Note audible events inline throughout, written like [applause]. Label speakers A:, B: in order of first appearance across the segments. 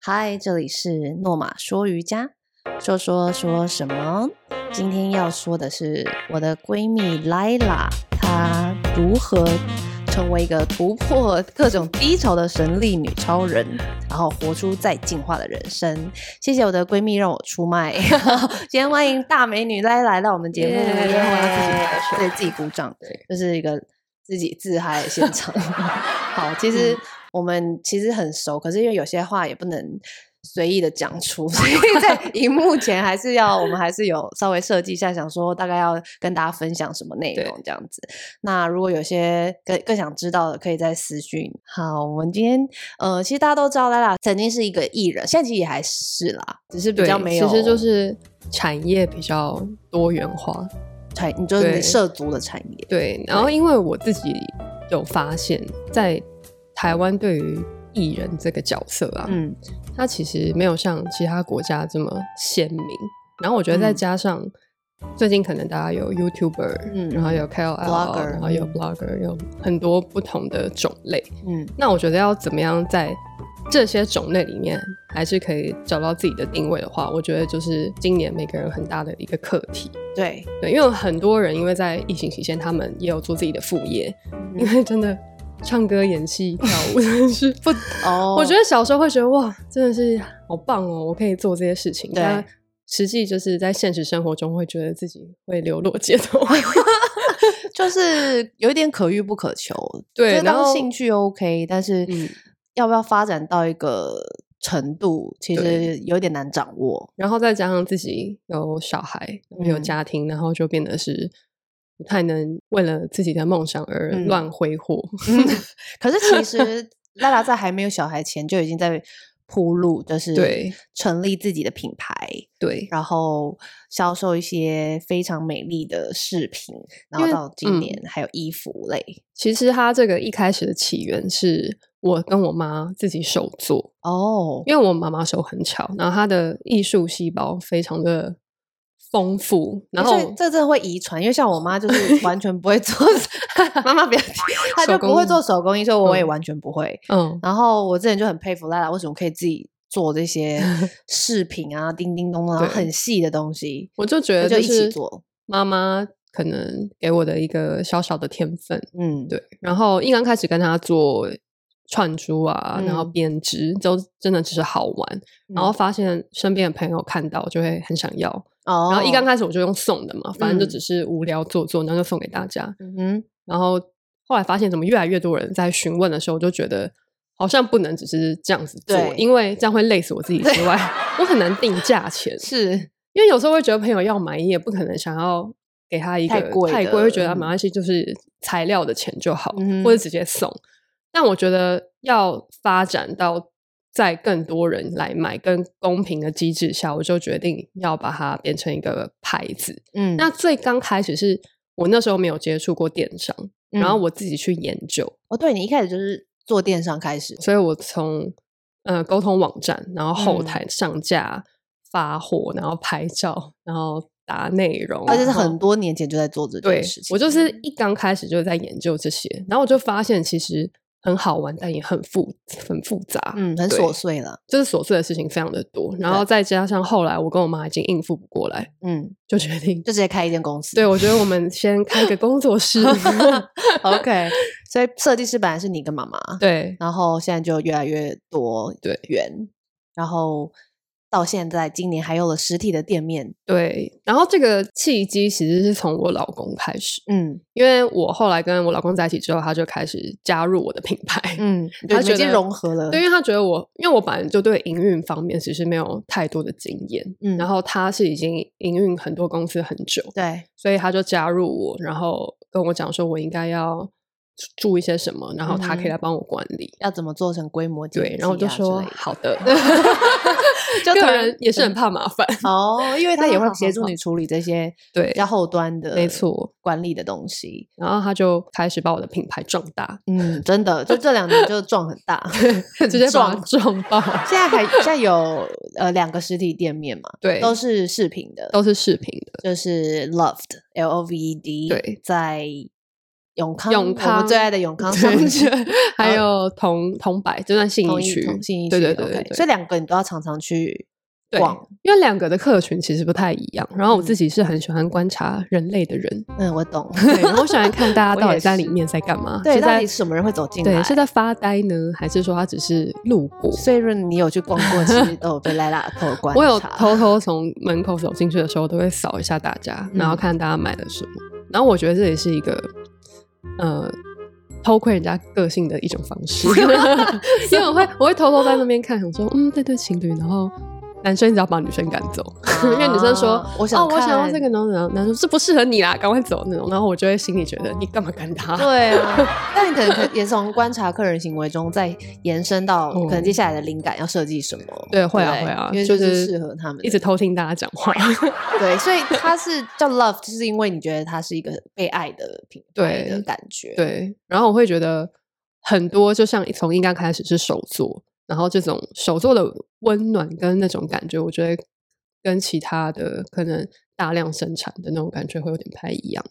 A: 嗨，这里是诺玛说瑜伽，说说说什么？今天要说的是我的闺蜜 Lila，她如何成为一个突破各种低潮的神力女超人，然后活出再进化的人生。谢谢我的闺蜜让我出卖， [laughs] 今天欢迎大美女 Lila 到我们节目，
B: 耶
A: 因为我要自己
B: 耶
A: 对自己
B: [laughs]
A: 鼓掌，这是一个自己自嗨的现场。好，其
B: 嗯
A: 实我们其实很熟，可是因为有些话也不能随意的讲出， [laughs] 所以
B: [laughs]
A: 在荧幕前还是要我们还是有稍微设计一下，想说大概要跟大家分享什么内
B: 对
A: 容这样子。那如果有些更更想知道的，可以在私讯。好，我们今天呃，其实大家都知道拉拉曾经是一个艺人，现在其实也还是啦，只是比
B: 对，
A: 较没有，
B: 其实就是产业比较多元化。
A: 产，你就是你
B: 对
A: 涉足的产业。
B: 对，然后因为我自己有发现，在台湾对于艺人这个角色啊，
A: 嗯
B: 它其实没有像其他国家这么鲜明。然后我觉得再
A: 嗯
B: 加上最近可能大家有 YouTuber，、
A: 嗯
B: 然后有 KOL，
A: Blogger，
B: 然后有
A: 嗯
B: Blogger，有很多不同的种类。
A: 嗯
B: 那我觉得要怎么样在这些种类里面，还是可以找到自己的定位的话，我觉得就是今年每个人很大的一个课题。
A: 对，
B: 对，因为很多人因为在疫情期间，他们也有做自己的副业，因为真的唱歌、演戏、跳舞真的是不。
A: [laughs] 哦，
B: 我觉得小时候会觉得哇，真的是好棒哦，我可以做这些事情。
A: 对
B: 但实际就是在现实生活中，会觉得自己会流落街头。
A: 就是有一点可遇不可求，
B: 对
A: 就是
B: 然
A: 当
B: 后
A: 兴趣 OK，但是
B: 嗯
A: 要不要发展到一个程度，其实
B: 对
A: 有点难掌握。
B: 然后再加上自己有小孩、有
A: 嗯
B: 家庭，然后就变得是不太能为了自己的梦想而
A: 嗯
B: 乱挥霍。
A: 可是其
B: [laughs]
A: 实拉拉在还没有小孩前就已经在铺路，就是
B: 对
A: 成立自己的品牌，
B: 对，
A: 然后销售一些非常美丽的饰品，然后
B: 因为
A: 到今
B: 嗯
A: 年还有衣服类。
B: 其实他这个一开始的起源是我跟我妈自己手做，
A: 哦，
B: 因为我妈妈手很巧，然后她的艺术细胞非常的丰富，然
A: 所以
B: 后
A: 这真的会遗传，因为像我妈就是
B: [laughs]
A: 完全不会做，妈妈不要提，她就
B: 手工
A: 不会
B: 艺
A: 做手工艺，所以我也
B: 嗯
A: 完全不会。
B: 嗯，
A: 然后我之前就很佩服拉拉为什么可以自己做这些
B: [laughs]
A: 饰品啊、叮叮咚咚啊
B: 对
A: 很细的东西，
B: 我就觉
A: 那
B: 得
A: 就一起
B: 是
A: 做。
B: 妈妈可能给我的一个小小的天分，
A: 嗯，
B: 对，然后一刚开始跟他做串珠啊，然后
A: 嗯
B: 编织，都真的只是好玩。然后
A: 嗯
B: 发现身边的朋友看到就会很想要，
A: 哦，
B: 然后一刚开始我就用送的嘛，反正就
A: 嗯
B: 只是无聊做做，然后就送给大家。
A: 嗯哼，
B: 然后后来发现怎么越来越多人在询问的时候，我就觉得。好像不能只是这样子做
A: 对，
B: 因为这样会累死我自己
A: 对
B: 之外，我很难定价钱。
A: 是
B: 因为有时候会觉得朋友要买，你也不可能想要给他一个
A: 太贵的
B: 太贵，会觉得啊
A: 嗯
B: 没关系，就是材料的钱就好，
A: 嗯哼
B: 或者直接送。但我觉得要发展到在更多人来买、更公平的机制下，我就决定要把它变成一个牌子。
A: 嗯，
B: 那最刚开始是我那时候没有接触过电商，然后
A: 嗯
B: 我自己去研究，
A: 哦，对你一开始就是做电商开始，
B: 所以我从呃沟通网站，然后后
A: 嗯
B: 台上架、发货，然后拍照，然后打内容，
A: 哦
B: 啊
A: 而且是
B: 然后
A: 很多年前就在做这
B: 对
A: 件事情。
B: 我就是一刚开始就在研究这些，然后我就发现其实很好玩，但也很复很复杂，
A: 嗯，很
B: 对
A: 琐碎了。
B: 就是琐碎的事情非常的多，然后
A: 对
B: 再加上后来我跟我妈已经应付不过来，
A: 嗯，
B: 就决
A: [laughs]
B: 定。
A: 就直接开一间公司。。
B: 对，我觉得我们先开个工作室
A: ，OK。所以
B: [laughs]
A: 设计师本来是你跟妈妈，
B: 对，
A: 然后现在就越来越多
B: 对
A: 元，然后到现在今年还有了实体的店面，
B: 对，然后这个契机其实是从我老公开始，
A: 嗯
B: 因为我后来跟我老公在一起之后，他就开始加入我的品牌。
A: 嗯，
B: 他
A: 对，已
B: 觉
A: 经
B: 得
A: 融合了，
B: 对，因为他觉得我，因为我本来就对营运方面其实没有太多的经验，
A: 嗯
B: 然后他是已经营运很多公司很久，
A: 对，
B: 所以他就加入我，然后跟我讲说我应该要注意些什么，然后他可以
A: 嗯哼
B: 来帮我管理。
A: 要怎么做成规模经济啊之类
B: 对
A: 的、，
B: 然后我就说好的， [laughs]
A: [laughs] 就突
B: 个
A: 然嗯
B: 人也是很怕麻烦，
A: 哦， [laughs] 因为他
B: 对
A: 也
B: 好
A: 会
B: 好
A: 协助
B: 好
A: 你处理这些
B: 对
A: 比较后端的，
B: 没错
A: 管理的东西。
B: 然后他就开始把我的品牌壮大，
A: 嗯，真的，就这两年就撞很大， [laughs] 很
B: [laughs] 直接把它
A: 撞。
B: 壮爆，
A: 现在还现在有呃两个实体店面嘛，
B: 对，
A: 都
B: 都
A: 是
B: 是
A: 饰品的，
B: 都是视频的，
A: 就是 Loved L O V E D，
B: 对
A: 在永康，
B: 永
A: 我
B: 康
A: 们最爱的永康商 [laughs]
B: 对
A: 圈，
B: 还有同同百，就算 [laughs] 信
A: 同
B: 义
A: 一
B: 区，
A: 同信义区，
B: 对对对
A: OK
B: 对对，
A: 所以两个你都要常常去
B: 对
A: 逛。
B: 因为两个的客群其实不太一样。然后
A: 嗯
B: 我自己是很喜欢观察人类
A: [laughs]
B: 的人，
A: 嗯，我
B: [laughs]
A: 懂。
B: 对，然后我喜欢看大
A: 我
B: 家到
A: 也
B: 底在里
A: 是
B: 面在干嘛，
A: 对
B: 是
A: 到
B: 在
A: 底什么人会走进来
B: 对，是在发呆呢，还是说他只是路过？
A: 所以润，你有去逛过，其
B: [laughs]
A: 实都有被莱拉偷观察。
B: 我有偷偷从门口走进去的时候，都会扫一下大家，然
A: 嗯
B: 后看大家买了什么。然后我觉得这也是一个，呃，偷窥人家个性的一种方
A: [laughs]
B: 式， [laughs] [laughs] 因为我会我会偷偷在那边看，想说，嗯，这对情侣，然后男生只要把女生赶走，因为女生说
A: 啊，我想
B: 哦，我想要
A: 看
B: 这个，然后然后男生说这不适合你啦，赶快走那种，然后我就会心里觉得你干嘛赶他？
A: 对啊，但你可能可也从观察客人行为中，再延伸到
B: 嗯
A: 可能接下来的灵感要设计什么。
B: 对，会啊
A: 不
B: 会啊，
A: 因为
B: 就
A: 就是适合他们的。
B: 一直偷听大家讲
A: [laughs]
B: 话。
A: 对，所以它是叫 love，就是因为你觉得它是一个被爱的品牌的
B: 对
A: 感觉。，
B: 对，然后我会觉得很多，就像从应该开始是手作，然后这种手作的温暖跟那种感觉，我觉得跟其他的可能大量生产的那种感觉会有点不太一样，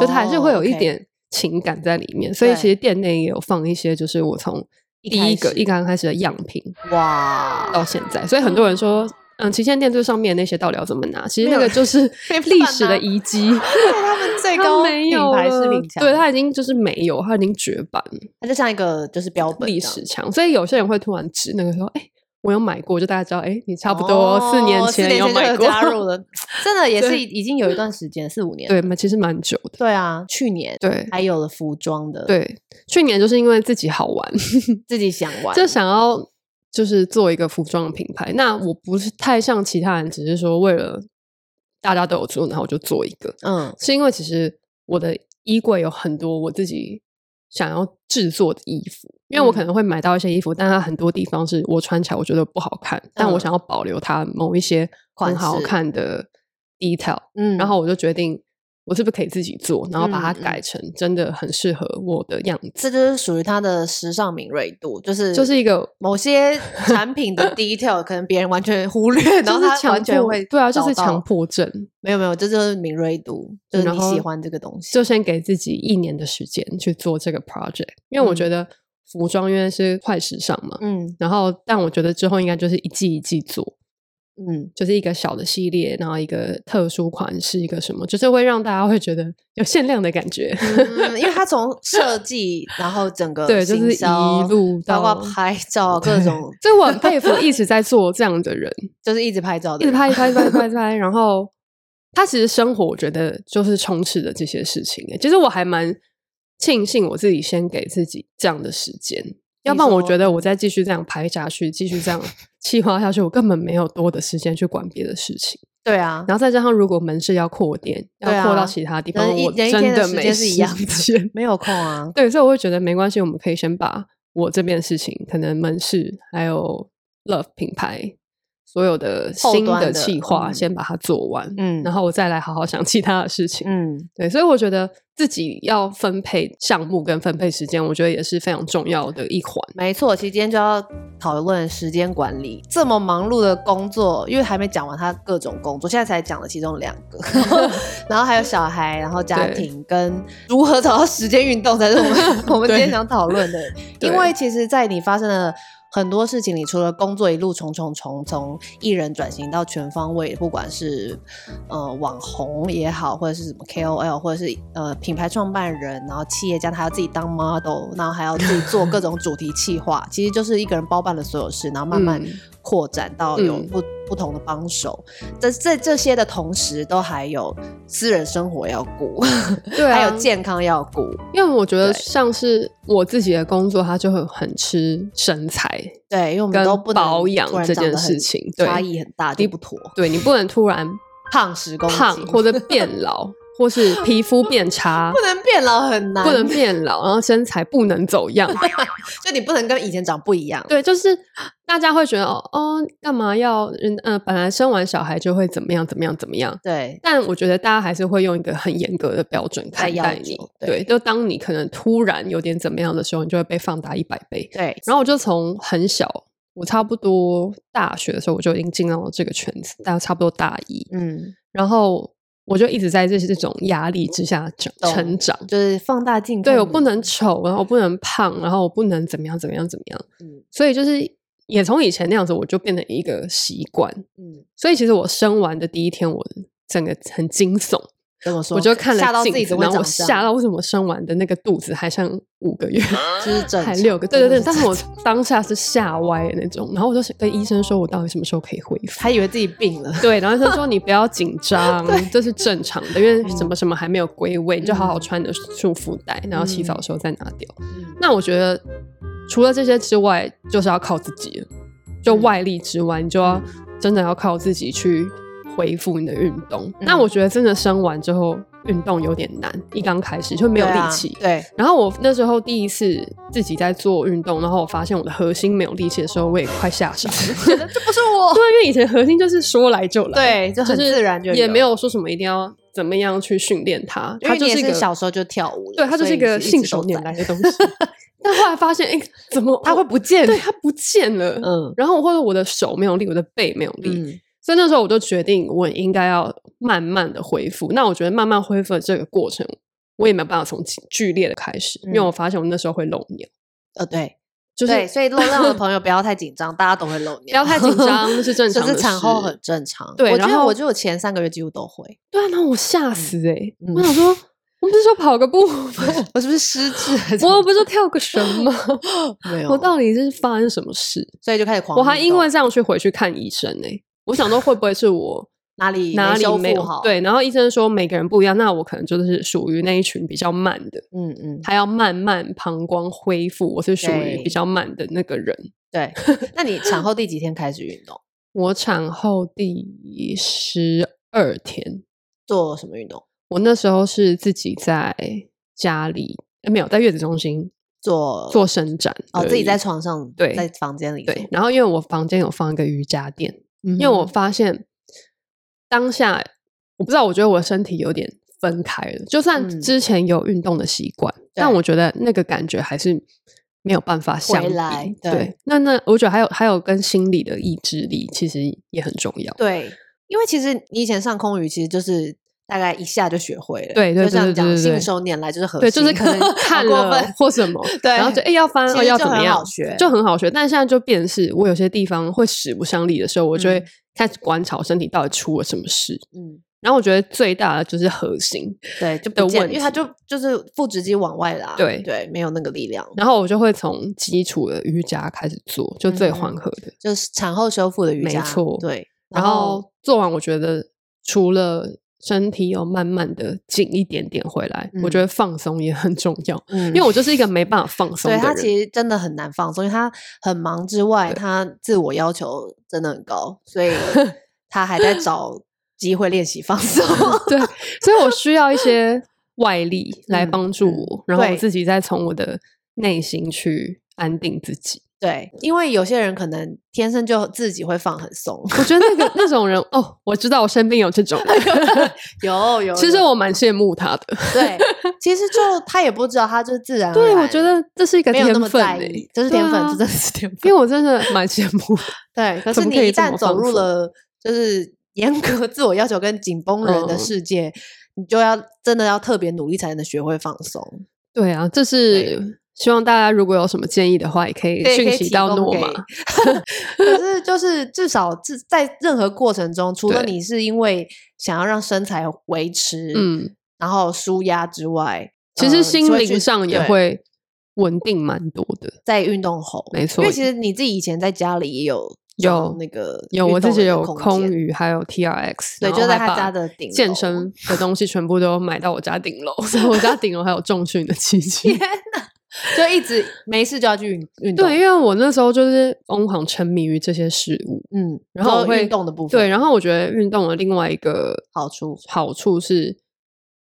B: 就它还是会有一。点情感在里面。所以其
A: 哦对
B: 实店内也有放一些，就是我从
A: 一
B: 第
A: 开
B: 一个
A: 始
B: 一刚开始的样品
A: 哇，
B: 到现在，所以很多人说。嗯，旗舰店最上面那些到底要怎么拿？其实那
A: 哦没有
B: 个就是
A: 没办
B: 历史
A: 法
B: 的遗迹，
A: [laughs] 对他们最
B: [laughs] 它
A: 高
B: 没
A: 品
B: 有
A: 牌是
B: 了
A: 林强，
B: 对，它已经就是没有，它已经绝版了。
A: 它就像一个就是标本
B: 历
A: 这样
B: 史强，所以有些人会突然指那个说：“哎、我有买过。”就大家知道，哎、你差不多四年
A: 哦四
B: 前
A: 年
B: 有
A: 前就
B: 买
A: 有
B: 过。
A: 加入了，真的也是
B: 对
A: 已经有一段时间，四五年。
B: [laughs] 对，蛮其实蛮久的。
A: 对啊，去年
B: 对
A: 还有了服装的，，
B: 对，去年就是因为自己好玩，
A: 自己想玩，
B: 就想要就是做一个服装的品牌。那我不是太像其他人，只是说为了大家都有做，然后我就做一个。
A: 嗯
B: 是因为其实我的衣柜有很多我自己想要制作的衣服，因为我可
A: 嗯
B: 能会买到一些衣服，但它很多地方是我穿起来我觉得不好看，但我想要保留它某一些
A: 嗯款
B: 很
A: 式
B: 好看的 detail，
A: 嗯，
B: 然后我就决定。我是不是可以自己做，然后把它
A: 嗯嗯
B: 改成真的很适合我的样子？
A: 这就是属于它的时尚敏锐度，就是
B: 就是一个
A: 某些产品
B: [laughs]
A: 的 detail 可能别人完全忽略，然后
B: 就是
A: 他
B: 强
A: 完全
B: 迫
A: 会
B: 对啊，就是
A: 找到
B: 强，迫症，
A: 没有没有，这就是敏锐度，就
B: 对
A: 是
B: 然
A: 你
B: 后
A: 喜欢这个东西，
B: 就先给自己一年的时间去做这个 project，因为我
A: 嗯
B: 觉得服装因为是快时尚嘛，
A: 嗯
B: 然后，但我觉得之后应该就是一季一季做，
A: 嗯，
B: 就是一个小的系列，然后一个特殊款式，一个什么，就是会让大家会觉得有限量的感觉。 [laughs]
A: 嗯因为它 [laughs] 从设计，然后整个
B: 对，就是
A: 行销
B: 一路
A: 包
B: 到
A: 括拍照各
B: 对
A: 种，
B: 所以我很佩服一直在做这样的人，
A: 就是一直拍照的
B: 一直
A: 人，
B: 拍一直拍一直拍一直拍一直拍，然后他其实生活我觉得就是充斥着这些事情欸。其实我还蛮庆幸我自己先给自己这样的时间，要不然我
A: 说
B: 觉得我再继续这样拍下去，继续这样计划下去，我根本没有多的时间去管别的事情。
A: 对啊，
B: 然后再加上，如果门市要扩店，
A: 对啊
B: 要扩到其他地方，
A: 人一
B: 我
A: 人一
B: 真
A: 天的时
B: 没
A: 间是一样的
B: 时间
A: 没有空啊，
B: 对，所以我会觉得没关系，我们可以先把我这边的事情，可能门市还有 Love 品牌所有的
A: 后
B: 新
A: 端的
B: 企划，
A: 嗯
B: 先把它做完，
A: 嗯
B: 然后我再来好好想其他的事情。
A: 嗯，
B: 对，所以我觉得自己要分配项目跟分配时间，我觉得也是非常重要的一环。
A: 没错，其实今天就要讨论时间管理。这么忙碌的工作，因为还没讲完他各种工作，现在才讲了其中两
B: [laughs]
A: 个，然后还有小孩，然后家庭跟如何找到时间运动，才是我
B: [laughs]
A: 们我们今天想讨论的。
B: 对
A: 因为其实，在你发生了。很多事情，你除了工作一路重重重从艺人转型到全方位，不管是呃网红也好，或者是什么 KOL，或者是呃品牌创办人，然后企业家，他还要自己当 model，然后还要自己做各种主题企划， [laughs] 其实就是一个人包办了所有事，然后慢慢
B: 嗯
A: 扩展到有
B: 嗯
A: 不、不同的帮手。在在这些的同时，都还有私人生活要顾，
B: 对
A: [laughs]
B: 啊
A: 还有健康要顾，
B: 因为我觉得
A: 啊对
B: 像是我自己的工作，它就会很吃身材，
A: 对，因为我们
B: 跟
A: 都不能
B: 保养
A: 突然
B: 这
A: 长得
B: 件
A: 很
B: 事情对
A: 差异很大就不妥，
B: 对你不能突
A: [laughs]
B: 然
A: 胖十公斤
B: 胖或者变老，或是皮肤变差
A: 不，能变老很难，
B: 不能变老，然后身材不能走样。
A: 就你不能跟以前长不一样，
B: 对，就是大家会觉得哦哦，干嘛要人呃，本来生完小孩就会怎么样怎么样怎么样。
A: 对
B: 但我觉得大家还是会用一个很严格的标准
A: 来
B: 看
A: 要
B: 待
A: 求
B: 你，
A: 对
B: 对，就当你可能突然有点怎么样的时候，你就会被放大一百倍。
A: 对，
B: 然后我就从很小，我差不多大学的时候我就已经进到了这个圈子，大概差不多大一，
A: 嗯
B: 然后我就一直在这这种压力之下长
A: 懂
B: 成长。
A: 就是放大镜看你，
B: 对我不能丑，然后我不能胖，然后我不能怎么样怎么样怎么样。
A: 嗯
B: 所以就是也从以前那样子，我就变成一个习惯。
A: 嗯，
B: 所以其实我生完的第一天，我整个很惊悚，
A: 怎么说？
B: 我就看
A: 吓
B: 了
A: 到自
B: 镜
A: 己
B: 子
A: 怎，么
B: 然后
A: 会
B: 我
A: 长这
B: 吓
A: 样啊
B: 到为什么生完的那个肚子还像五个月。
A: 就是正
B: 还
A: 常
B: 六个，对
A: [laughs]
B: 对对，但是我
A: 正常
B: 当下是吓歪的那种，然后我就想跟医生说，我到底什么时候可以恢复？
A: 还以为自己病了，
B: 对，然后他说你不
A: [laughs]
B: 要紧张，这是正常的，因为
A: 嗯
B: 什么什么还没有归位，你就好好穿着束缚带，然后洗澡的时候再拿掉。
A: 嗯
B: 那我觉得除了这些之外，就是要靠自己了，就
A: 嗯
B: 外力之外，你就要真的要靠自己去恢复你的运动。
A: 嗯
B: 那我觉得真的生完之后，运动有点难，一刚开始 [laughs] 就没有
A: 对
B: 力
A: 啊
B: 气。
A: 对，
B: 然后我那时候第一次自己在做运动，然后我发现我的核心没有力气的时候，我也快吓傻了。 [laughs]
A: 这不是我，
B: 对，因为以前核心就是说来就来，
A: 对，就很
B: 是
A: 自然就
B: 也没
A: 有，
B: 有说什么一定要怎么样去训练它，
A: 因
B: 它
A: 为
B: 就
A: 你也
B: 一个
A: 是小时候就跳舞了，
B: 对，它就
A: 所
B: 是
A: 以
B: 一个
A: 直
B: 信
A: 直
B: 手
A: 都
B: 拈
A: 在
B: 来的
A: [laughs]
B: 东西。但后来发现，哎、怎么
A: 它会
B: 我
A: 不见，
B: 对它不见了？
A: 嗯
B: 然后或者我的手没有力，我的背没有力，
A: 嗯
B: 所以那时候我就决定，我应该要慢慢的恢复。那我觉得慢慢恢复的这个过程，我也没有办法从剧剧烈的开始，因为
A: 嗯
B: 我发现我那时候会漏尿，
A: 呃对
B: 就是
A: 对，所以漏
B: [laughs]
A: 尿的朋友不要太紧张，大家都会漏尿，
B: 不要太紧张，
A: [laughs]
B: 这是正
A: 就
B: 常的
A: 是
B: 事。
A: 产后很正常。
B: 对
A: 我觉
B: 然
A: 得
B: 后
A: 我就有前三个月几乎都
B: [laughs]
A: 会。
B: 对啊，然后我吓死哎、
A: 嗯
B: 我想说，我不是说跑个步
A: [laughs]
B: 吗，
A: 我是不是失智
B: [laughs]
A: 还是怎么？
B: 我不是跳个绳吗？
A: 没有，
B: 我到底是发生什么事？
A: 所以就开始狂运动。
B: 我还因为这样去回去看医生呢、我想说会不会是我
A: 哪里
B: 哪里
A: 修
B: 没
A: 复
B: 有
A: 好？，
B: 对，然后医生说每个人不一样，那我可能就是属于那一群比较慢的，
A: 嗯嗯，
B: 他要慢慢膀胱恢复，我是属于
A: 对
B: 比较慢的那个人。 [laughs]
A: 对。那你产后第几天开始运动？
B: 我产后第十二天，
A: 做什么运动？
B: 我那时候是自己在家里，呃没有在月子中心
A: 做
B: 做伸展
A: 哦，
B: 而
A: 自己
B: 已
A: 在床上，
B: 对
A: 在房间里做
B: 对，，然后因为我房间有放一个瑜伽垫，
A: 因
B: 因为我发现当下我不知道，我觉得我的身体有点分开了。就算
A: 嗯
B: 之前有运动的习惯，但我觉得那个感觉还是没有办法相比。
A: 来对
B: 那那我觉得还有还有跟心理的意志力其实也很重要。
A: 对，因为其实你以前上空余其实就是。大概一下就学会了，
B: 对对
A: 就像
B: 对对
A: 你讲
B: 对对
A: 信
B: 对
A: 手拈来就是核
B: 对，
A: 心，
B: 就是可能
A: 好
B: 看
A: 过
B: 了
A: 分
B: 或什么，
A: 对，
B: 然后就哎、要翻
A: 其
B: 哦
A: 实
B: 要
A: 就
B: 怎么
A: 很
B: 样
A: 好，学
B: 就很好学。但现在就变成是我有些地方会使不上力的时候，我就会
A: 嗯
B: 开始观察我身体到底出了什么事。
A: 嗯，
B: 然后我觉得最大的就是核心，
A: 对，就不
B: 的
A: 见了，
B: 问
A: 因为它
B: 题
A: 就就是腹直肌往外拉，
B: 对
A: 对，没有那个力量，
B: 然后我就会从基础的瑜伽开始做，就最
A: 嗯
B: 缓和的。
A: 就是产后修复的瑜
B: 没
A: 伽，
B: 错
A: 对，
B: 然
A: 哦
B: 后做完，我觉得除了身体有慢慢的紧一点点回来，
A: 嗯
B: 我觉得放松也很重要，
A: 嗯
B: 因为我就是一个没办
A: [laughs]
B: 法放松
A: 对
B: 的
A: 他
B: 人。
A: 其实真的很难放松，因为他很忙之外，他自我要求真的很高，所
B: [laughs]
A: 以他还在找机会练习放松。 [laughs]
B: 对，所以我需要一些外力来
A: 嗯
B: 帮助我，然后我
A: 对
B: 自己再从我的内心去安定自己。
A: 对，因为有些人可能天生就自己会放很
B: [laughs]
A: 松，
B: 我觉得那个那种人，哦，我知道我身边有这
A: [laughs]
B: 种人，
A: 有有
B: 其实
A: 有
B: 我蛮羡慕他的。
A: 对，其实就他也不知道，他就自然而
B: 对，我
A: 然
B: 觉得这是一个
A: 没有
B: 天
A: 那么
B: 分、
A: 在
B: 欸
A: 意，，这是天分，
B: 对啊
A: 这真的是天
B: 因
A: 分
B: 为。我真的蛮羡慕的，
A: 对，可是
B: 怎么
A: 你
B: 可以
A: 一
B: 这么
A: 旦走
B: 放
A: 入
B: 松
A: 了 [laughs] 就是严格自我要求跟紧绷人的
B: 嗯
A: 世界，你就要真的要特别努力才能学会放松。
B: [laughs] 对啊，这是希望大家如果有什么建议的话，也可以
A: 对，
B: 讯
A: 可以
B: 息
A: 提
B: 到
A: 供
B: 诺
A: 给
B: 玛。
A: [laughs] 可是就是至少至在任何过程中，除了
B: 对
A: 你是因为想要让身材维持，
B: 嗯，
A: 然后舒压之外，
B: 其
A: 呃
B: 实心
A: 会去
B: 灵上也
A: 对
B: 会稳定蛮多的。
A: 在运动后，
B: 没错
A: 因为其实你自己以前在家里也有
B: 有
A: 那个
B: 有
A: 运
B: 我自
A: 动
B: 己
A: 的
B: 有
A: 空
B: 空
A: 间，
B: 余，还有 T R X，
A: 对，
B: 然
A: 就
B: 后
A: 在
B: 还
A: 他
B: 把
A: 家的顶
B: 健
A: 楼
B: 身的东西全部都买到我家顶楼， [laughs] 所以我家顶楼还有重训
A: [laughs]
B: 的器具。
A: 就一直没事就要去运运动，
B: 对，因，为我那时候就是疯狂沉迷于这些事物，
A: 嗯，
B: 然后我
A: 说
B: 会
A: 运动的部分，
B: 对，然后我觉得运动的另外一个
A: 好处
B: 好处是，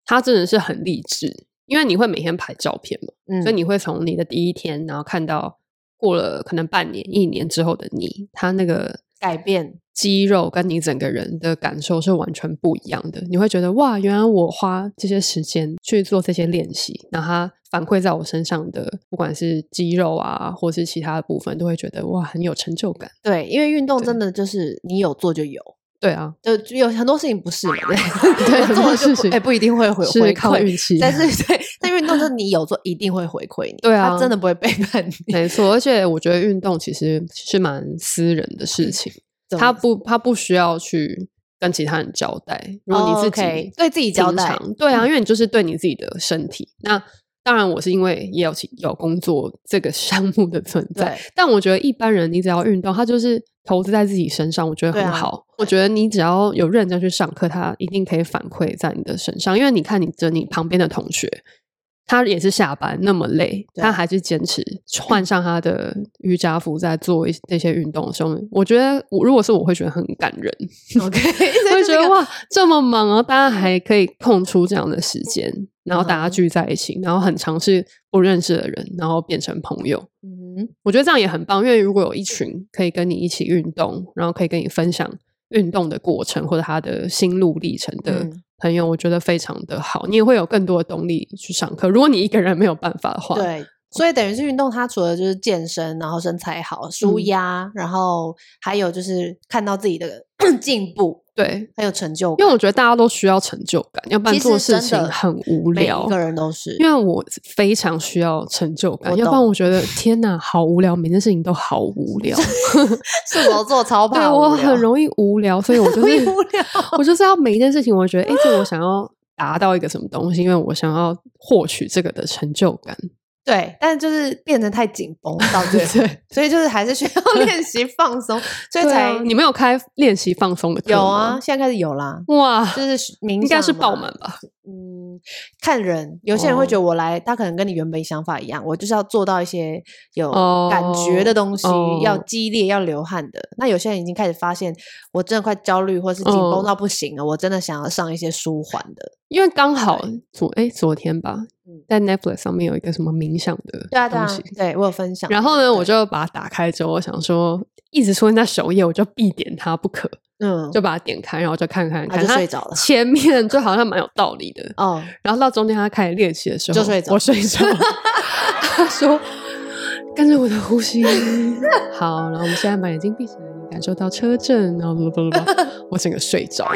B: 它真的是很励志，因为你会每天拍照片嘛，
A: 嗯，
B: 所以你会从你的第一天，然后看到过了可能半年、一年之后的你，他那个
A: 改变
B: 肌肉跟你整个人的感受是完全不一样的。你会觉得哇，原来我花这些时间去做这些练习，那它反馈在我身上的，不管是肌肉啊，或是其他的部分，都会觉得哇，很有成就感。
A: 对，因为运动
B: 对
A: 真的就是你有做就有，
B: 对啊，
A: 就就有很多事情不是嘛， [laughs] 对
B: 对
A: 做了
B: 很多事
A: 就不
B: 情
A: 哎、不一定会回
B: 是
A: 回
B: 靠
A: 馈，
B: 运气。
A: 但是对，但运动就是你有做一定会回馈你，
B: 对啊
A: 他真的不会背叛你，
B: [laughs] 没错，而且我觉得运动其实是蛮私人的事
A: [laughs]
B: 情，他不他不需要去跟其他人交代。如果你自己、
A: 哦，OK，对自己交代，嗯
B: 对啊，因为你就是对你自己的身体。那当然，我是因为也有其有工作这个项目的存在
A: 对，
B: 但我觉得一般人你只要运动，他就是投资在自己身上，我觉得
A: 对
B: 很
A: 啊
B: 好。我觉得你只要有认真去上课，他一定可以反馈在你的身上，因为你看你着你旁边的同学。他也是下班那么累，
A: 对
B: 他还是坚持换上他的瑜伽服，在做一那些运动的时候，我觉得我如果是我会觉得很感
A: [laughs]
B: 人，
A: OK，所
B: [laughs]
A: 以
B: 会
A: 就是
B: 觉
A: 一个
B: 得哇，这么忙啊，大家还可以空出这样的时间，然后大家
A: 嗯
B: 聚在一起，然后很尝试不认识的人，然后变成朋友。
A: 嗯
B: 我觉得这样也很棒，因为如果有一群可以跟你一起运动，然后可以跟你分享运动的过程或者他的心路历程的
A: 嗯
B: 朋友，我觉得非常的好，你也会有更多的动力去上课。如果你一个人没有办法的话，
A: 对，所以等于是运动，它除了就是健身，然后身材好、舒
B: 嗯
A: 压，然后还有就是看到自己的 [coughs] 进步，
B: 对，
A: 很有成就
B: 因
A: 感。
B: 为我觉得大家都需要成就感，要不然
A: 其实
B: 做事
A: 真
B: 情
A: 的
B: 很无
A: 每
B: 聊
A: 一。个人都是，
B: 因为我非常需要成就感，
A: 我
B: 要不然
A: 懂
B: 我觉得天哪，好无聊，每件事情都好
A: [laughs]
B: 无聊。
A: 射手座超
B: 对
A: 怕无
B: 我
A: 聊，
B: 很容易无聊，所
A: [laughs]
B: 以我就是
A: 容易无聊
B: 我就是要每一件事情，我觉得哎、诶这我想要达到一个什么东西，因为我想要获取这个的成就感。
A: 对，但就是变得太紧绷到最后，
B: [laughs] 对，
A: 所以就是还是需要 [laughs] 练习放松， [laughs] 所以
B: 对
A: 才
B: 啊你们有开练习放松的课
A: 有啊，
B: 吗？
A: 现在开始有啦。
B: 哇，
A: 就是冥
B: 应该是
A: 想嘛
B: 爆哦满吧？
A: 嗯，看人，有些人会觉得我来，他可能跟你原本想法一样，我就是要做到一些有感觉的东西，
B: 哦
A: 要激烈、要流汗的。那有些人已经开始发现，我真的快焦虑或是紧
B: 哦
A: 绷到不行了，我真的想要上一些舒缓的。
B: 因为刚好昨哎、昨天吧
A: 嗯，
B: 在 Netflix 上面有一个什么冥想的
A: 对啊，对
B: 东
A: 啊
B: 西，，
A: 对我有分享。
B: 然后呢，我
A: 对
B: 就把它打开之后，我想说一直出现在首页，我就必点它不可，
A: 嗯，
B: 就把它点开，然后就看看
A: 啊
B: 看，
A: 就
B: 它
A: 睡着了
B: 前面就好像蛮有道
A: [laughs]
B: 理的，
A: 哦，
B: 然后到中间他开始练习的时候，
A: 就睡着
B: 我睡
A: [laughs]
B: 着了。他说：“跟着我的呼吸，好。”然后我们现在把眼睛闭起来，你感受到车震，然后巴拉巴拉巴拉，我整个睡着。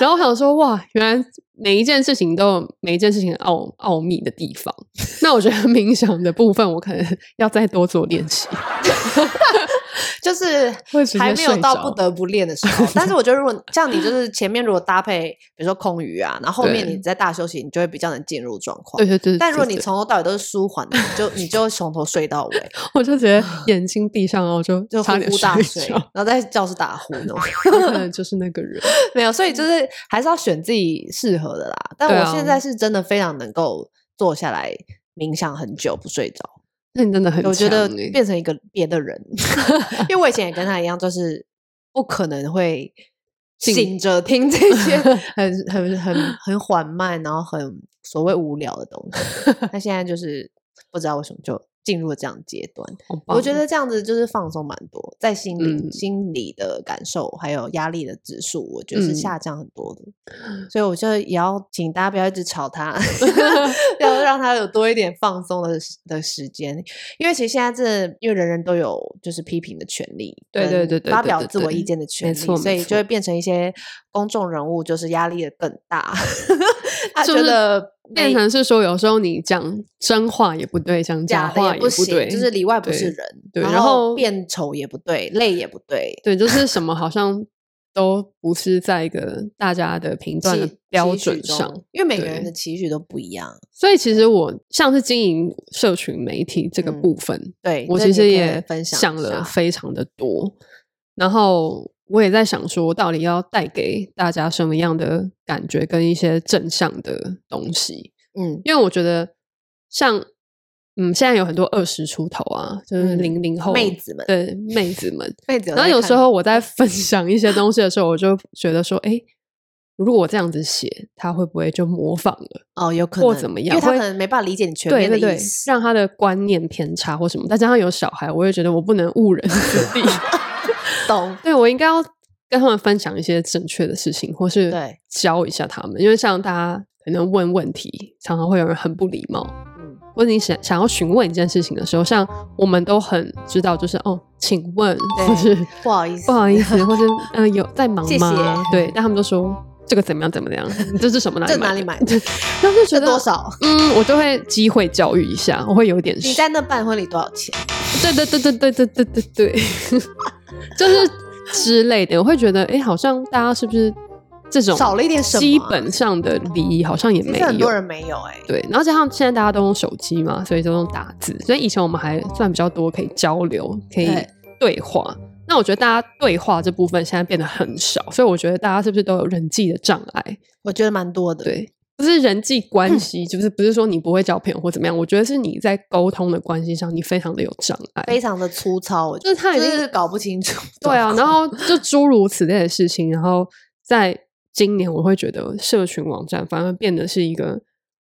B: 然后我想说：“哇，原来每一件事情都有每一件事情的奥奥秘的地方。”那我觉得冥想的部分，我可能要再多做练习。
A: 就是
B: [laughs] 会直接
A: 还没有
B: 睡
A: 到
B: 着
A: 不得不练的时
B: [laughs]
A: 候。但是我觉得，如果像你，就是前面如果搭配，比如说空余啊，然后后面
B: 对
A: 你在大休息，你就会比较能进入状况
B: 对。对对，
A: 但如果你
B: 对
A: 从头到尾都是舒缓的，你
B: [laughs]
A: 就你就从头睡到尾，
B: 我就直接眼睛闭上，然后我就
A: 就呼
B: 差点
A: 呼大睡，
B: 着，
A: 然后在教室打呼
B: [laughs]
A: 呢。
B: 我可能就是那个人。
A: 没有，所以就是还是要选自己适合的啦。但
B: 对啊
A: 我现在是真的非常能够坐下来冥想很久不睡着，
B: 那你真的很强欸，
A: 我觉得变成一个别的
B: [laughs]
A: 人，因为我以前也跟他一样，就是不可能会
B: [laughs] 静
A: 醒
B: [laughs]
A: 着听这些很很很很缓慢，然后很所谓无聊的东
B: [laughs]
A: 西。他现在就是不知道为什么就进入了这样的阶段。
B: 好棒
A: 我觉得这样子就是放松蛮多，在心里、
B: 嗯
A: 心理的感受还有压力的指数，我觉得
B: 嗯
A: 是下降很多的。所以我就也要请大家不要一直吵他，
B: [laughs]
A: 要让他有多一点放松的时的时间，因为其实现在这因为人人都有就是批评的权利，
B: 对对
A: 跟
B: 对对
A: 发
B: 对
A: 表
B: 对
A: 自我
B: 对
A: 意见的权利，
B: 错
A: 所
B: 没
A: 以就
B: 错
A: 会变成一些公众人物就是压力的更大， [laughs] 他
B: 就
A: 觉
B: 是
A: 得
B: 变
A: 没
B: 成是说，有时候你讲真话也不对，讲
A: 假的
B: 话
A: 也
B: 不
A: 行，
B: 对，
A: 就是里外不
B: 对
A: 是人，
B: 对
A: 然
B: 然后
A: 后变丑也不对，累也不对，[laughs]
B: 对，就是什么好像都不是在一个大家的评断的
A: 期
B: 标
A: 期许
B: 准上
A: 中。因为每个
B: 对
A: 人的期许都不一样。
B: 所以其实我像是经营社群媒体这个部分，
A: 对，
B: 我
A: 这嗯
B: 其
A: 你可
B: 实
A: 以
B: 也
A: 分享
B: 想
A: 一
B: 了
A: 下
B: 非常的多，然后我也在想说，到底要带给大家什么样的感觉跟一些正向的东西。
A: 嗯
B: 因为我觉得像嗯，现在有很多二十出头啊，就是
A: 嗯
B: 零零后、
A: 妹子们
B: 对妹子们。
A: 妹子
B: 然后有时候我在分享一些东西的时候，我就觉得说，哎，如果我这样子写，他会不会就模仿了，
A: 哦，有可能
B: 或怎么样？
A: 因为他
B: 会
A: 可能没办法理解你全
B: 对
A: 面
B: 对
A: 的意
B: 对，
A: 思。
B: 让他的观念偏差或什么。再加上有小孩，我也觉得我不能误人 [laughs] 子弟，
A: 懂，
B: 对我应该要跟他们分享一些正确的事情，或是
A: 对
B: 教一下他们，因为像大家可能问问题，常常会有人很不礼貌。
A: 嗯，
B: 或者你想想要询问一件事情的时候，像我们都很知道，就是哦，请问，
A: 对
B: 或是
A: 不好意思
B: 不好意思，或是嗯、呃有在忙吗？
A: 谢谢
B: 对，但他们都说这个怎么样怎么样，这是什么哪里
A: 这
B: 买的
A: 哪里买？
B: [laughs] 对然后就觉
A: 这
B: 得
A: 多？少？
B: 嗯，我就会机会教育一下，我会有点
A: 你在那办婚礼多少钱？
B: 对对对对对对对对 [laughs] 对，就是之类的，我会觉得，哎、好像大家是不是这种
A: 少了一点什么
B: 基本上的礼仪好像也
A: 其
B: 没
A: 实
B: 有，
A: 很多人没有哎、
B: 对，然后加上现在大家都用手机嘛，所以都用打字，所以以前我们还算比较多可以交流，可以
A: 对
B: 对话。那我觉得大家对话这部分现在变得很少，所以我觉得大家是不是都有人际的障碍？
A: 我觉得蛮多的。
B: 对，不是人际
A: [laughs]
B: 关系，就是不是说你不会交朋友或怎么样，我觉得是你在沟通的关系上，你非常的有障碍。
A: 非常的粗糙，我觉
B: 就是他
A: 得
B: 已经
A: 就是搞不清楚。
B: 对啊，然后就诸如此类的事情，然后在今年我会觉得社群网站反而变得是一个，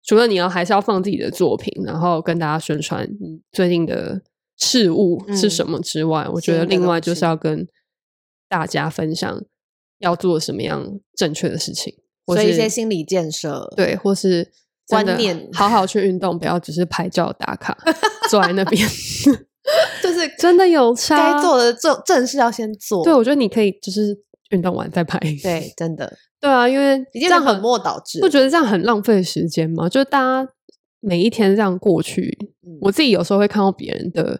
B: 除了你要还是要放自己的作品，然后跟大家宣传你最近的事物是什么之外，我觉
A: 嗯
B: 得
A: 新的
B: 另外就
A: 东
B: 是
A: 西
B: 要跟大家分享要做什么样正确的事情，或
A: 所以一
B: 是
A: 些心理建设，
B: 对，或是真的
A: 观念
B: 好好去运动，不要只是拍照打卡坐在
A: [laughs]
B: 那边，
A: 就是
B: 真的有差
A: 该做的正正事要先做。
B: 啊对，我觉得你可以就是运动完再拍。
A: 对，真的，
B: 对啊，因为
A: 已经
B: 这样
A: 本末倒置了。
B: 不觉得这样很浪费时间吗？就是大家每一天这样过去，
A: 嗯
B: 我自己有时候会看到别人的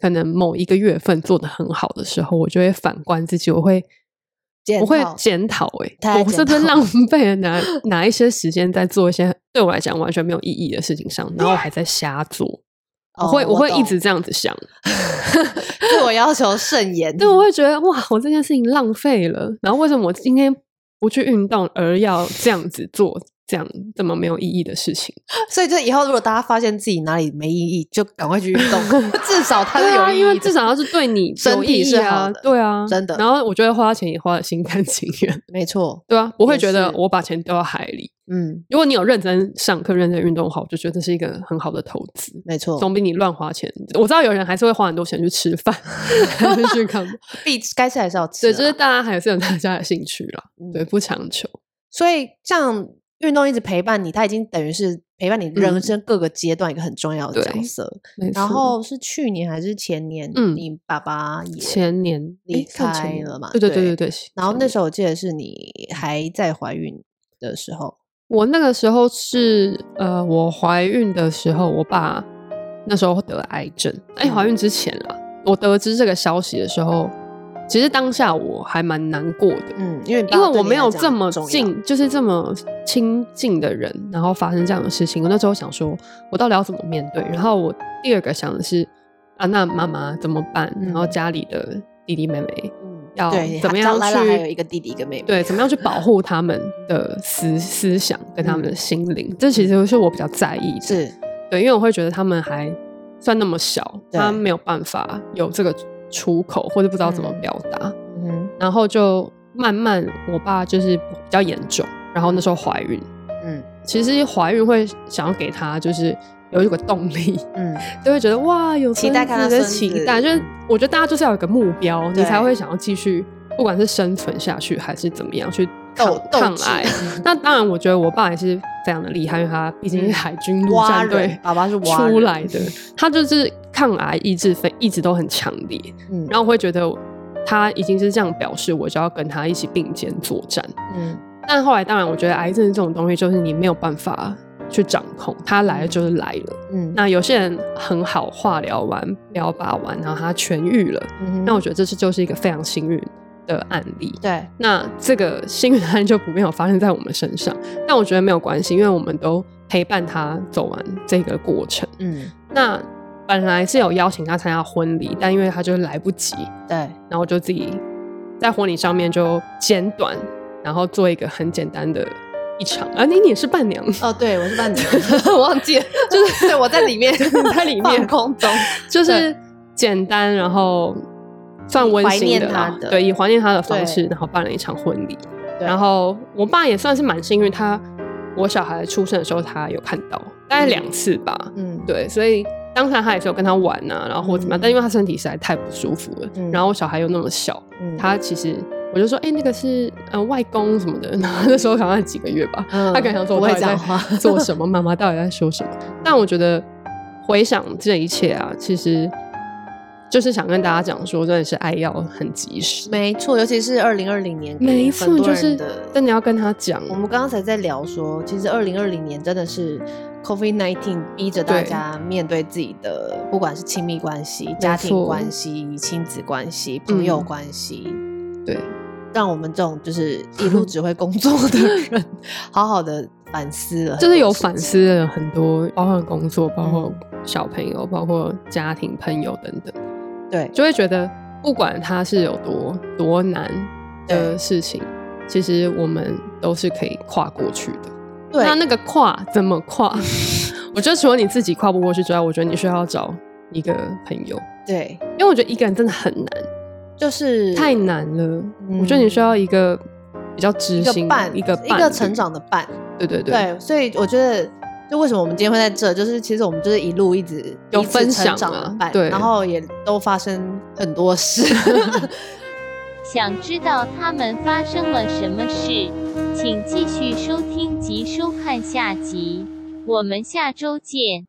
B: 可能某一个月份做的很好的时候，我就会反观自己，我会
A: 检
B: 我会
A: 讨
B: 检讨，
A: 大家
B: 哎，我
A: 检
B: 是不是
A: 讨
B: 浪费了哪哪一些时间在做一些对我来讲完全没有意义的事情上，然后我还在瞎做。我
A: 哦
B: 会、我会一
A: 懂
B: 直这样子想，
A: 自我要求甚严。
B: [laughs] 对，我会觉得哇，我这件事情浪费了。然后为什么我今天不去运动，而要这样子做这样这么没有意义的事情？
A: 所以就以后如果大家发现自己哪里没意义，就赶快去运
B: [laughs]
A: 动，至少它是
B: 对
A: 有
B: [laughs] 啊，
A: 意义的。
B: 因为至少要是对你
A: 身
B: 有
A: 体
B: 意义
A: 是
B: 啊
A: 好的，
B: 对啊，
A: 真的
B: 然后我觉得花钱也花的心甘情愿，
A: 没错，
B: 对啊，我会
A: 也
B: 觉得
A: 是
B: 我把钱丢到海里。
A: 嗯，
B: 如果你有认真上课、认真运动的话，我就觉得这是一个很好的投资。
A: 没错，
B: 总比你乱花钱，我知道有人还是会花很多钱去吃
A: [laughs]
B: 饭，还是去干嘛，
A: 必该吃还是要吃
B: 所
A: 啊。
B: 以就是大家还是有大家的兴趣啦，
A: 嗯
B: 对，不强求。
A: 所以像运动一直陪伴你，它已经等于是陪伴你人
B: 嗯
A: 生各个阶段一个很重要的角
B: 对
A: 色。
B: 没
A: 然
B: 错
A: 后是去年还是前年，
B: 嗯
A: 你爸爸也
B: 前年
A: 离
B: 诶算前
A: 开
B: 年
A: 了嘛
B: 对对对
A: 对嗯
B: 对对。
A: 然后
B: 前
A: 那
B: 年
A: 时候我记得是你还在怀孕的时候，
B: 我那个时候是呃，我怀孕的时候，我爸那时候得癌症。哎、
A: 嗯
B: 怀孕之前啊，我得知这个消息的时候，其实当下我还蛮难过的，
A: 嗯，因为你爸
B: 因为
A: 对
B: 我
A: 你
B: 没
A: 来
B: 有
A: 讲
B: 这
A: 很
B: 么
A: 重要，嗯
B: 近，就是这么亲近的人，然后发生这样的事情。我那时候想说，我到底要怎么面对？然后我第二个想的是啊，那妈妈怎么办？
A: 嗯
B: 然后家里的弟弟妹妹
A: 嗯，
B: 要
A: 对，
B: 怎么
A: 还
B: 样
A: 拉拉还
B: 去
A: 有一个弟弟一个妹妹，
B: 对，怎么样去保护他们的思思想跟他们的心灵，这其实是我比较在意的。
A: 嗯是
B: 对，因为我会觉得他们还算那么小，
A: 对
B: 他没有办法有这个出口，或者不知道怎么
A: 嗯
B: 表达，
A: 嗯哼
B: 然后就慢慢，我爸就是比较严重，然后那时候怀孕，
A: 嗯
B: 其实怀孕会想要给他就是有一个动力，
A: 嗯，
B: 就会觉得哇，有
A: 期待看到
B: 的
A: 孙子
B: 期待，就是我觉得大家就是要有一个目标，你
A: 对
B: 才会想要继续，不管是生存下去还是怎么样去抗
A: 斗斗
B: 抗
A: 志 [laughs]
B: 癌。那当然，我觉得我爸也是非常的厉害，因为他毕竟是海军陆
A: 蛙
B: 战队
A: 人，爸爸是蛙
B: 出
A: 嗯人
B: 来的，他就是抗癌意志非一直都很强烈。
A: 嗯，
B: 然后我会觉得他已经是这样表示，我就要跟他一起并肩作战。
A: 嗯
B: 但后来，当然，我觉得癌症这种东西就是你没有办法去掌控，它来了就是来了。
A: 嗯，
B: 那有些人很好，化疗完、标靶完，然后他痊愈了，那我
A: 我
B: 觉得这是就是一个非常幸运的案例。
A: 对
B: 那这个幸运的案例就没有发生在我们身上，但我觉得没有关系，因为我们都陪伴他走完这个过程。
A: 嗯
B: 那本来是有邀请他参加婚礼，但因为他就是来不及，
A: 对
B: 然后就自己在婚礼上面就简短，然后做一个很简单的一场。啊，你你也是伴娘，
A: 哦，对我是 [laughs] 伴娘，忘记了，就是对我在里面 [laughs]
B: 在里面
A: 放空中，
B: 就是简单，然后算温馨的
A: 怀
B: 啦
A: 念他，的
B: 对，以怀念他的方式，
A: 对
B: 然后办了一场婚礼。
A: 对
B: 然后我爸也算是蛮幸运，他我小孩出生的时候他有看到，大概
A: 嗯
B: 两次吧，
A: 嗯
B: 对，所以。当下他也是有跟他玩啊，然后或怎么样，
A: 嗯
B: 但因为他身体实在太不舒服了，
A: 嗯
B: 然后我小孩又那么小，
A: 嗯
B: 他其实我就说，哎、那个是呃外公什么的，然后那时候好像几个月吧，
A: 嗯
B: 他可能想说
A: 不
B: 我
A: 会
B: [laughs] 到底
A: 讲
B: 在
A: 话
B: 做什么，妈妈到底在说什么？但我觉得回想这一切啊，其实就是想跟大家讲说，真的是爱要很及时。
A: [laughs] 没错，尤其是二零二零年，
B: 没错，就是
A: 的，。
B: 但你要跟他讲，
A: 我们刚刚才在聊说，其实二零二零年真的是 COVID nineteen 逼着大
B: 对
A: 家面对自己的，不管是亲密关系、家庭
B: 错
A: 关系、亲子关系、朋友
B: 嗯
A: 关系，
B: 对
A: 让我们这种就是一路只会工作
B: [laughs]
A: 的人，好好的反思了，
B: 就是有反。思了很多，包括工
A: 嗯
B: 作，包括小朋友，包括家庭、朋友等等。
A: 对，
B: 就会觉得不管它是有多多难的事情，其实我们都是可以跨过去的。
A: 对，
B: 那那个跨怎么
A: [laughs]
B: 跨？我觉得除了你自己跨不过去之外，我觉得你需要找一个朋友，
A: 对，
B: 因为我觉得一个人真的很
A: 嗯
B: 难，
A: 就是
B: 太难了。
A: 嗯
B: 我觉得你需要一个比较知
A: 一
B: 心
A: 个伴，
B: 一个
A: 一
B: 伴
A: 个
B: 侣
A: 成长的伴。
B: 对对对。
A: 对，所以我觉得，就为什么我们今天会在这，就是其实我们就是一路一直
B: 有
A: 彼此
B: 分享
A: 成长的
B: 啊
A: 伴，
B: 对
A: 然后也都发生很多事。
B: [laughs]
C: 想知道他们发生了什么事，请继续收听及收看下集，我们下周见。